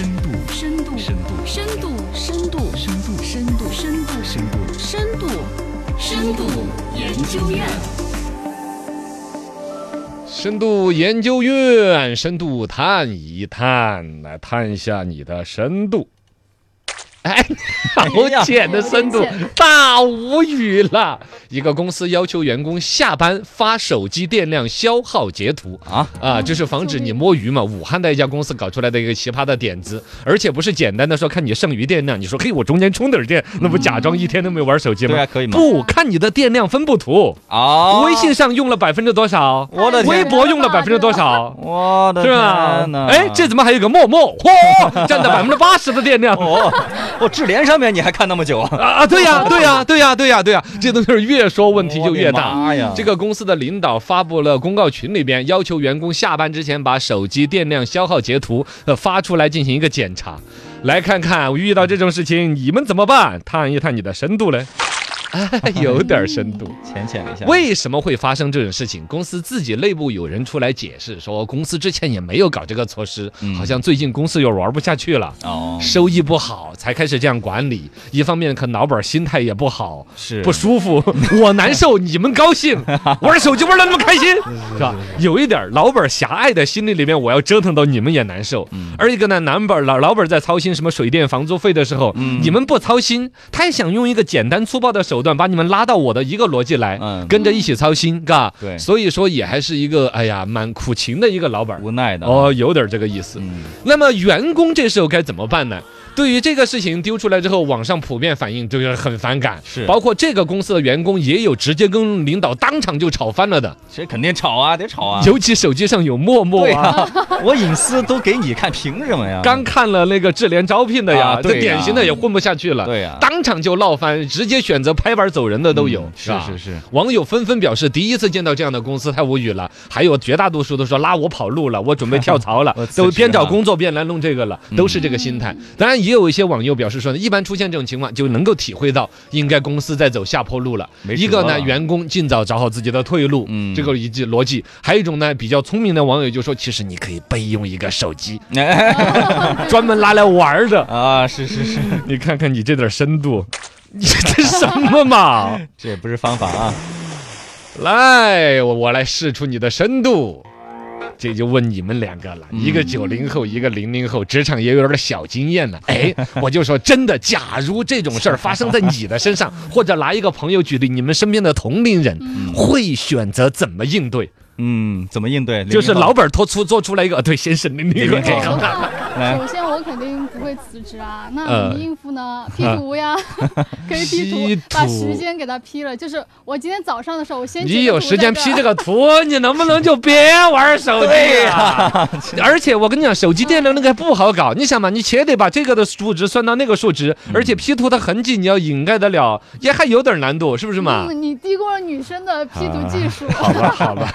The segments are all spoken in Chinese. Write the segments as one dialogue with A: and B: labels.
A: 深度，
B: 深度，
A: 深度，深度，
B: 深度，
A: 深度，深度，
B: 深度，
A: 深度，深度研究院。
B: 深度研究院，深度探一探，来探一下你的深度。哎， 好浅的深度，大无语了。一个公司要求员工下班发手机电量消耗截图
C: 啊
B: 啊，就是防止你摸鱼嘛。武汉的一家公司搞出来的一个奇葩的点子，而且不是简单的说看你剩余电量，你说嘿，我中间充点电，那不假装一天都没玩手机吗？
C: 对啊可以吗
B: 不看你的电量分布图，
C: 哦，
B: 微信上用了百分之多少？
C: 我的
B: 微
C: 天，
B: 博用了百分之多少？
C: 我的
B: 是吧
C: 天呐！？
B: 哎，这怎么还有一个陌陌？嚯，占到百分之八十的电量。
C: 哦，我智联上面你还看那么久啊？
B: 啊啊，对呀，对呀，对呀，对呀，对呀，这都是越说 问题就越
C: 哦我的
B: 大。嗯
C: 妈呀，
B: 这个公司的领导发布了公告群里边，要求员工下班之前把手机电量消耗截图呃发出来进行一个检查，来看看遇到这种事情你们怎么办？探一探你的深度 嘞，哎，有点深度。
C: 浅浅一下。
B: 为什么会发生这种事情？公司自己内部有人出来解释说，公司之前也没有搞这个措施，
C: 嗯
B: 好像最近公司又玩不下去了。
C: 哦，
B: 收益不好，才开始这样管理。一方面，可老板心态也不好，
C: 是
B: 不舒服，我难受，你们高兴，玩手机玩的那么开心，是吧？有一点儿老板狭隘的心理里面，我要折腾到你们也难受。而一个呢，男板老老板在操心什么水电房租费的时候，你们不操心，他也想用一个简单粗暴的手段把你们拉到我的一个逻辑来，
C: 嗯
B: 跟着一起操心，嘎。
C: 对
B: 所以说也还是一个哎呀蛮苦情的一个老板儿。
C: 无奈的。
B: 哦，有点儿这个意思。
C: 啊嗯，
B: 那么员工这时候该怎么办呢？对于这个事情丢出来之后，网上普遍反应就是很反感，
C: 是
B: 包括这个公司的员工也有直接跟领导当场就吵翻了的，
C: 这肯定吵啊，得吵啊。
B: 尤其手机上有陌陌
C: 对
B: 啊。
C: 呀， 我隐私都给你看，凭什么呀？
B: 刚看了那个智联招聘的呀
C: 啊，
B: 这
C: 对呀
B: 典型的也混不下去了，
C: 对呀
B: 当场就闹翻，直接选择拍板走人的都有
C: 嗯，
B: 吧
C: 是是是。
B: 网友纷纷表示，第一次见到这样的公司太无语了，还有绝大多数都说拉我跑路了，我准备跳槽了
C: 我，辞职
B: 都边找
C: 了嗯
B: 工作边来弄这个了，都是这个心态。当然，也有一些网友表示说呢，一般出现这种情况就能够体会到，应该公司在走下坡路了。
C: 没辙
B: 一个呢，
C: 了
B: 员工尽早找好自己的退路，
C: 嗯
B: 这个一句逻辑；还有一种呢，比较聪明的网友就说，其实你可以备用一个手机，专门拿来玩儿的。
C: 啊，是是是，
B: 你看看你这点深度， 你这什么 嘛？
C: 这也不是方法啊。
B: 来，我我来试出你的深度。这就问你们两个了，一个九零后，一个零零后，职场也有点小经验 了。哎，我就说真的，假如这种事儿发生在你的身 上，或者拿一个朋友举例，你们身边的同龄人会选择怎么应对？
C: 嗯，怎么应对？
B: 就是
C: 零零后
B: 老板拖出做出来一个，呃对，先生零零
C: 零零
B: 后
C: 后， 来
D: 那首先我肯定不会辞职啊，那
B: 呃
D: 怎么应付呢？P 图呀， 可以 P
B: 批
D: 图，把
B: 图
D: 时间给它 P 了。就是我今天早上的时候，我先
B: 你有时间 P 这
D: 个
B: 个图，你能不能就别玩手机啊？ 而且我跟你讲，手机电量那个不好搞。你想嘛，你且得把这个的数值算到那个数值，而
C: 嗯
B: 且 P 图的痕迹你要掩盖得了，也还有点难度，是不是嘛？
D: 嗯，你低估了女生的 P 图技术。
B: 好吧，好吧，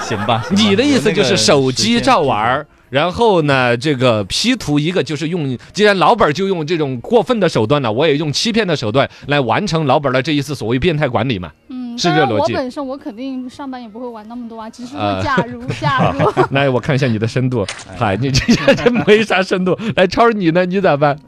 C: 行吧。行吧
B: 你的意思就
C: 有那个
B: 是手机
C: 时间
B: 照玩儿。然后呢，这个 P 图一个就是用，既然老板儿就用这种过分的手段了，我也用欺骗的手段来完成老板儿的这一次所谓变态管理嘛。
D: 嗯，
B: 是
D: 当
B: 这
D: 然
B: 逻
D: 我
B: 辑
D: 本身我肯定上班也不会玩那么多啊，只是
B: 呃
D: 说假如 假如，
B: 来，我看一下你的深度。嗨，你这这这没啥深度。来，超儿你呢？你咋办？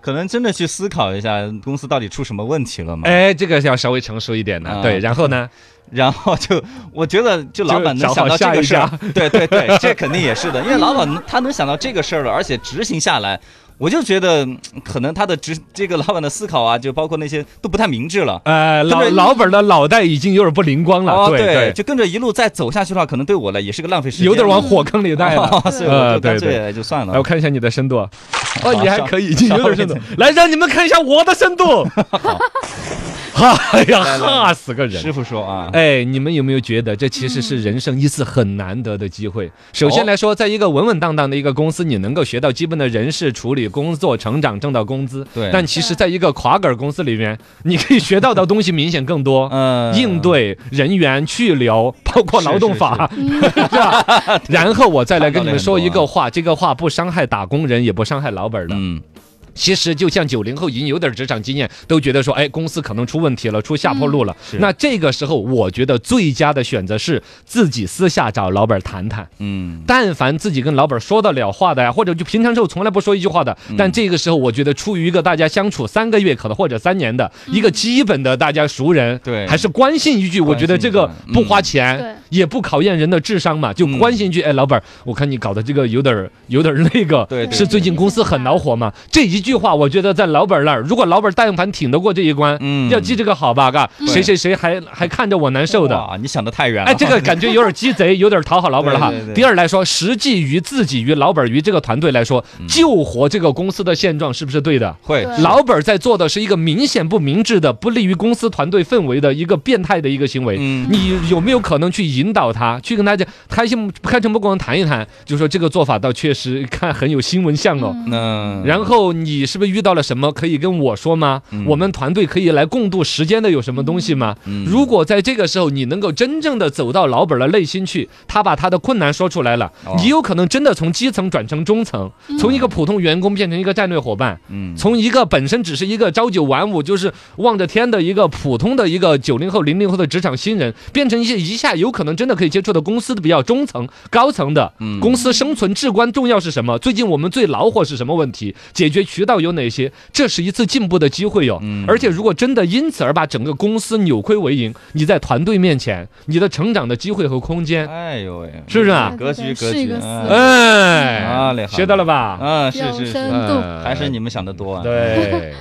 C: 可能真的去思考一下公司到底出什么问题了嘛。
B: 哎，这个要稍微成熟一点呢。
C: 啊
B: 对，然后呢？
C: 然后就我觉得就老板
B: 就找好
C: 能想到这
B: 下一
C: 个事儿
B: 家，
C: 对对对， 这肯定也是的，因为老板能他能想到这个事儿了，而且执行下来。我就觉得，嗯可能他的执这个老板的思考啊，就包括那些都不太明智了。
B: 呃，老
C: 跟着
B: 老本的脑袋已经有点不灵光了。啊哦对
C: 对，，就跟着一路再走下去的话，可能对我来也是个浪费时 间。
B: 有点往火坑里带了。
C: 所以我
B: 呃
C: 就干
B: 对对
C: 脆就算
B: 来，我
C: 了。
B: 看一下你的深度。哦，你还
C: 稍
B: 可以，已经有点深度。来，让你们看一下我的深 度。哈， 哎呀，吓死个人
C: 师！傅说啊，
B: 哎，你们有没有觉得这其实是人生一次很难得的机
C: 嗯
B: 会？首先来说，在一个稳稳当当的一个公司，你能够学到基本的人事处理、工作成长、挣到工资。
C: 对
B: 但其实，在一个垮杆公司里面， 你可以学到的东西明显更多。
C: 嗯，
B: 应对人员去留，包括劳动法，
D: 嗯，
B: 是 吧？然后我再来跟你们说一
C: 看到
B: 个话，这个话不伤害打工人，也不伤害老板的。
C: 嗯，
B: 其实就像九零后已经有点职场经验，都觉得说，哎，公司可能出问题了，出下坡路了。
C: 嗯是
B: 那这个时候，我觉得最佳的选择是自己私下找老板谈谈。
C: 嗯，
B: 但凡自己跟老板说得了话的呀，或者就平常时候从来不说一句话的，
C: 嗯
B: 但这个时候我觉得出于一个大家相处三个月可能或者三年的一个基本的大家熟人，
C: 嗯对
B: 还是关心一句，我觉得这个
C: 关心一下
B: 不花
D: 对
B: 钱，也不考验人的智商嘛，就
C: 嗯
B: 关心一句，哎，老板，我看你搞的这个有点儿有点儿那个，
C: 对对
B: 是最近公司很恼火嘛？这一句话，我觉得在老板那儿，如果老板但凡挺得过这一关，
C: 嗯
B: 要记这个好吧，嘎，谁谁谁还还看着我难受的，
C: 哇，你想的太远了。
B: 哎，这个感觉有点鸡贼，有点讨好老板了哈
C: 对对。对
B: 第二来说，实际于自己与老板与这个团队来说，
C: 嗯
B: 救活这个公司的现状是不是对的？
C: 会
D: 对
B: 老板在做的是一个明显不明智的、不利于公司团队氛围的一个变态的一个行为。
C: 嗯
B: 你有没有可能去引导他，去跟他讲开心开诚布公地谈一谈，就说这个做法倒确实看很有新闻相哦。
D: 嗯
C: 那
B: 然后你是不是遇到了什么可以跟我说吗？我们团队可以来共度时间的有什么东西吗？
C: 嗯
B: 如果在这个时候你能够真正的走到老板的内心去，他把他的困难说出来了，
C: 哦
B: 你有可能真的从基层转成中层，从一个普通员工变成一个战略伙伴，
C: 嗯
B: 从一个本身只是一个朝九晚五就是望着天的一个普通的一个九零后零零后的职场新人，变成一些一下有可能真的可以接触的公司的比较中层高层的。
C: 嗯
B: 公司生存至关重要是什么？最近我们最恼火是什么问题？解决渠道有哪些？这是一次进步的机会哟、
C: 嗯
B: 而且如果真的因此而把整个公司扭亏为盈，你在团队面前，你的成长的机会和空间，
C: 哎呦喂，
B: 是不是啊？
C: 格局
D: 对对对
C: 格
D: 是一
C: 局，
D: 个思
C: 嗯
D: 路
B: 哎，
C: 啊厉害
B: 学到了吧？
C: 啊，是
D: 有
C: 是是，
D: 深度，
B: 哎
C: 还是你们想的多啊。
B: 对。